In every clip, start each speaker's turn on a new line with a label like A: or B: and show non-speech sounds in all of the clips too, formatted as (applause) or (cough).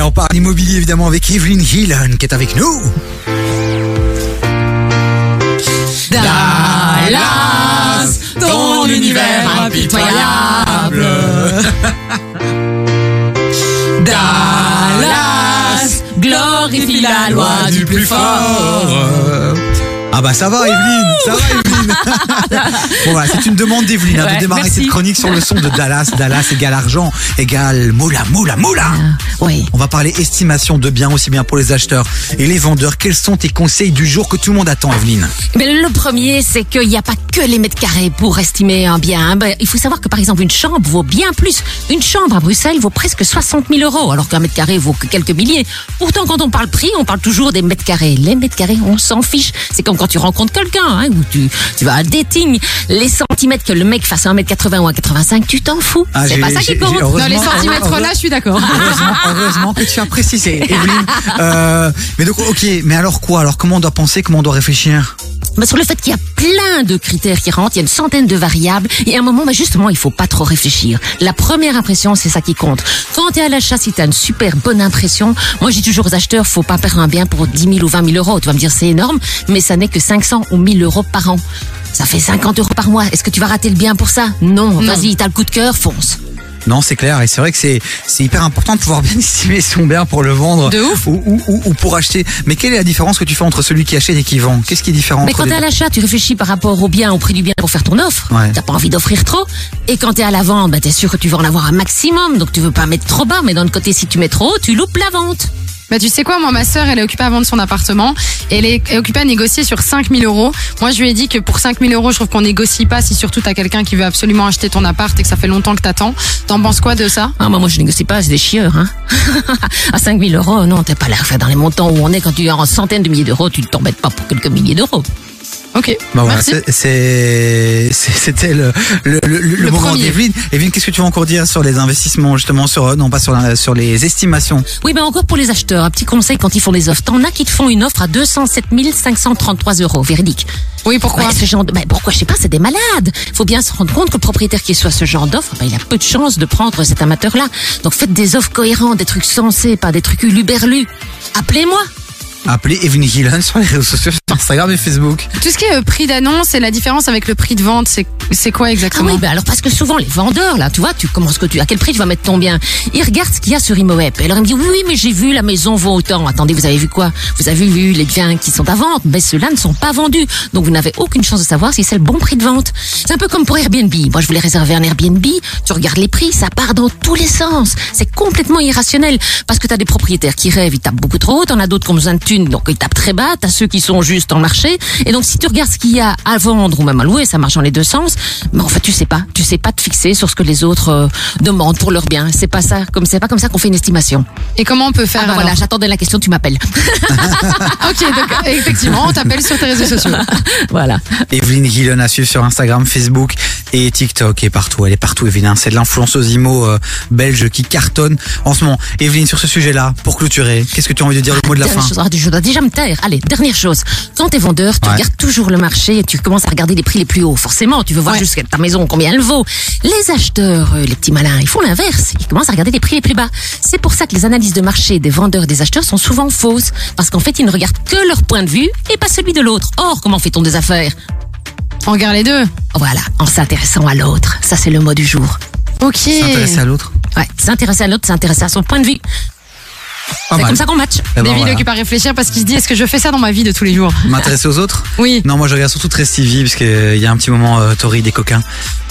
A: on parle immobilier évidemment avec Evelyn Hillen qui est avec nous.
B: Dallas, ton univers impitoyable. Dallas, glorifie la loi du plus fort.
A: Ah bah ça va Evelyne, ça va
B: (laughs)
A: Evelyne. bon voilà, c'est une demande d'Evelyne hein, de
B: Ouais,
A: démarrer
B: merci.
A: cette chronique sur le son de Dallas. Dallas égale argent, égale moula, moula, moula.
B: Oui.
A: On va parler estimation de biens aussi bien pour les acheteurs et les vendeurs. Quels sont tes conseils du jour que tout le monde attend Evelyne
B: Mais le premier, c'est qu'il n'y a pas que les mètres carrés pour estimer un bien. hein. Ben, il faut savoir que par exemple, une chambre vaut bien plus. Une chambre à Bruxelles vaut presque 60 000 euros, alors qu'un mètre carré vaut que quelques milliers. Pourtant, quand on parle prix, on parle toujours des mètres carrés. Les mètres carrés, on s'en fiche. C'est comme quand tu rencontres quelqu'un, hein, ou tu, tu vas à un dating. Les centimètres que le mec fasse 1m80 ou 1m85, tu t'en fous.
A: Ah,
B: c'est
A: j'ai-
B: pas
A: j'ai-
B: ça qui
A: j'ai-
B: compte.
A: heureusement- Dans les centimètres,
B: là, je suis d'accord.
A: heureusement, heureusement que tu as précisé Evelyne. Euh, mais donc ok, mais alors quoi Alors comment on doit penser, comment on doit réfléchir
B: Bah, sur le fait qu'il y a plein de critères qui rentrent, il y a une centaine de variables, et à un moment, bah, justement, il faut pas trop réfléchir. La première impression, c'est ça qui compte. Quand tu es à l'achat, si tu as une super bonne impression, moi j'ai toujours aux acheteurs, faut pas perdre un bien pour 10 000 ou 20 000 euros. Tu vas me dire, c'est énorme, mais ça n'est que 500 ou 1000 euros par an. Ça fait 50 euros par mois. Est-ce que tu vas rater le bien pour ça Non, vas-y, t'as le coup de cœur, fonce.
A: Non, c'est clair, et c'est vrai que c'est c'est hyper important de pouvoir (laughs) bien estimer son bien pour le vendre
B: De ouf.
A: Ou, ou, ou- ou pour acheter. Mais quelle est la différence que tu fais entre celui qui achète et qui vend Qu'est-ce qui est différent
B: Mais
A: entre
B: quand
A: les
B: t'es à l'achat, tu réfléchis par rapport au bien, au prix du bien pour faire ton offre.
A: Ouais.
B: T'as pas envie d'offrir trop. Et quand t'es à la vente, bah, t'es sûr que tu vas en avoir un maximum. Donc tu veux pas mettre trop bas. Mais d'un autre côté, si tu mets trop haut, tu loupes la vente.
C: Bah, tu sais quoi, moi, ma sœur, elle est occupée à vendre son appartement. Elle est occupée à négocier sur 5000 euros. Moi, je lui ai dit que pour 5000 euros, je trouve qu'on négocie pas si surtout t'as quelqu'un qui veut absolument acheter ton appart et que ça fait longtemps que t'attends. T'en penses quoi de ça
B: Ah, bah, moi, je négocie pas, c'est des chieurs, hein. (laughs) à 5000 euros, non, t'es pas là. Enfin, dans les montants où on est, quand tu es en centaines de milliers d'euros, tu ne t'embêtes pas pour quelques milliers d'euros.
C: Ok.
A: Bah voilà,
C: Merci.
A: c'est- c'est- c'est- c'était le, le, le, le
C: Le
A: moment
C: premier.
A: d'Evelyne. Evelyne, qu'est-ce que tu veux encore dire sur les investissements, justement, sur, euh, non pas sur, la- sur les estimations
B: Oui, ben encore pour les acheteurs, un petit conseil quand ils font les offres. T'en as qui te font une offre à 207 533 euros, verdict.
C: Oui, pourquoi
B: Ouais, ce genre de- ben, pourquoi je sais pas, c'est des malades. Faut bien se rendre compte que le propriétaire qui soit ce genre d'offre, ben, il a peu de chances de prendre cet amateur-là. Donc faites des offres cohérentes, des trucs sensés, pas des trucs uluberlus. Appelez-moi. Ah
A: Appelez Evelyne Gillan sur les réseaux sociaux, sur Instagram et Facebook.
C: Tout ce qui est euh, prix d'annonce et la différence avec le prix de vente, c'est c'est quoi
B: Ah
C: exactement
B: oui, ben alors parce que souvent les vendeurs là, tu vois, tu commences que tu à quel prix tu vas mettre ton bien. Ils regardent ce qu'il y a sur Imoweb. Et alors ils me disent oui, mais j'ai vu la maison vaut autant. Attendez, vous avez vu quoi Vous avez vu les biens qui sont à vente, mais ceux-là ne sont pas vendus. Donc vous n'avez aucune chance de savoir si c'est le bon prix de vente. C'est un peu comme pour Airbnb. Moi, je voulais réserver un Airbnb. Tu regardes les prix, ça part dans tous les sens. C'est complètement irrationnel parce que t'as des propriétaires qui rêvent, ils tapent beaucoup trop haut. T'en as d'autres qui ont besoin de thunes, donc ils tapent très bas. T'as ceux qui sont juste en marché. Et donc si tu regardes ce qu'il y a à vendre ou même à louer, ça marche dans les deux sens. Mais en fait, tu sais pas, tu sais pas te fixer sur ce que les autres euh, demandent pour leurs biens. C'est pas ça, comme c'est pas comme ça qu'on fait une estimation.
C: Et comment on peut faire
B: Ah bah
C: alors
B: voilà, j'attendais la question, tu m'appelles. (laughs)
C: Ok, donc euh, effectivement, on t'appelle sur tes réseaux
B: (laughs)
C: sociaux.
B: voilà.
A: Evelyne Gillan à suivre sur Instagram, Facebook et TikTok et partout. Elle est partout, Evelyne. hein. C'est de l'influenceuse IMO euh, belge qui cartonne en ce moment. Evelyne, sur ce sujet-là, pour clôturer, qu'est-ce que tu as envie de dire le mot de la
B: Dernière
A: fin
B: chose, ah, je dois déjà me taire. Allez, dernière chose. Quand t'es vendeur, tu
A: Ouais.
B: regardes toujours le marché et tu commences à regarder les prix les plus hauts. Forcément, tu veux voir
C: Ouais.
B: jusqu'à ta maison combien elle vaut. Les acheteurs, euh, les petits malins, ils font l'inverse. Ils commencent à regarder les prix les plus bas. C'est pour ça que les analyses de marché des vendeurs et des acheteurs sont souvent fausses. Parce qu'en fait, ils ne regardent que leur point de vue et pas celui de l'autre. Or, comment fait-on des affaires Oh,
C: On regarde les deux.
B: Voilà, en s'intéressant à l'autre. Ça, c'est le mot du jour.
C: Ok.
A: S'intéresser à l'autre
B: Ouais, s'intéresser à l'autre, s'intéresser à son point de vue.
A: Pas
B: C'est
A: mal.
B: comme ça qu'on match.
A: Eh ben,
C: David
A: voilà.
C: occupe à réfléchir parce qu'il se dit est-ce que je fais ça dans ma vie de tous les jours
A: M'intéresser aux autres
C: Oui.
A: Non, moi je regarde surtout très Stevie parce qu'il y a un petit moment euh, torride des coquins.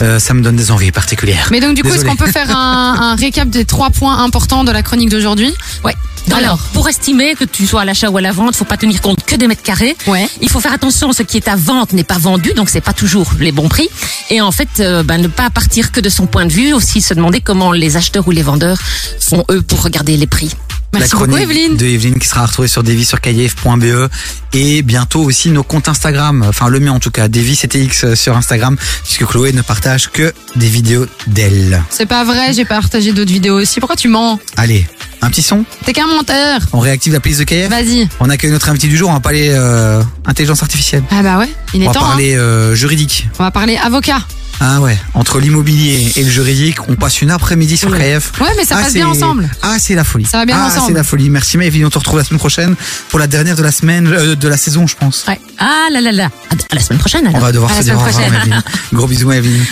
A: Euh, ça me donne des envies particulières.
C: Mais donc du coup, est-ce
A: Désolé.
C: qu'on peut faire un, un récap des trois points importants de la chronique d'aujourd'hui
B: Ouais. Alors, pour estimer que tu sois à l'achat ou à la vente, faut pas tenir compte que des mètres carrés.
C: Ouais.
B: Il faut faire attention, ce qui est à vente n'est pas vendu, donc c'est pas toujours les bons prix. Et en fait, euh, ben, ne pas partir que de son point de vue, aussi se demander comment les acheteurs ou les vendeurs font eux pour regarder les prix.
A: La
C: Merci beaucoup
A: chronique
C: Evelyne.
A: de Evelyne qui sera retrouvée sur devisurcaillef.be E et bientôt aussi nos comptes Instagram, enfin le mien en tout cas, DeviCTX euh, sur Instagram, puisque Chloé ne partage que des vidéos d'elle.
C: C'est pas vrai, j'ai partagé d'autres vidéos aussi. Pourquoi tu mens
A: Allez, un petit son,
C: T'es qu'un menteur.
A: on réactive la playlist de KF.
C: Vas-y.
A: On accueille notre invité du jour, on va parler euh, intelligence artificielle.
C: Ah bah ouais, il est
A: On va
C: temps. hein.
A: parler euh, juridique.
C: On va parler avocat.
A: Ah ouais, entre l'immobilier et le juridique, on passe une après-midi sur
B: Oui.
A: KF.
C: Ouais, mais ça
A: Ah,
C: passe bien
A: c'est-
C: ensemble.
A: Ah, c'est la folie.
C: Ça va bien
A: ah,
C: ensemble.
A: c'est la folie. Merci Maëvie, on te retrouve la semaine prochaine pour la dernière de la semaine, euh, de la saison, je pense.
B: Ah là là là. À à la semaine prochaine alors.
A: On va devoir
C: À la
A: se dire au
C: semaine
A: revoir,
C: prochaine.
A: Maëvie. Gros bisous, Maëvie.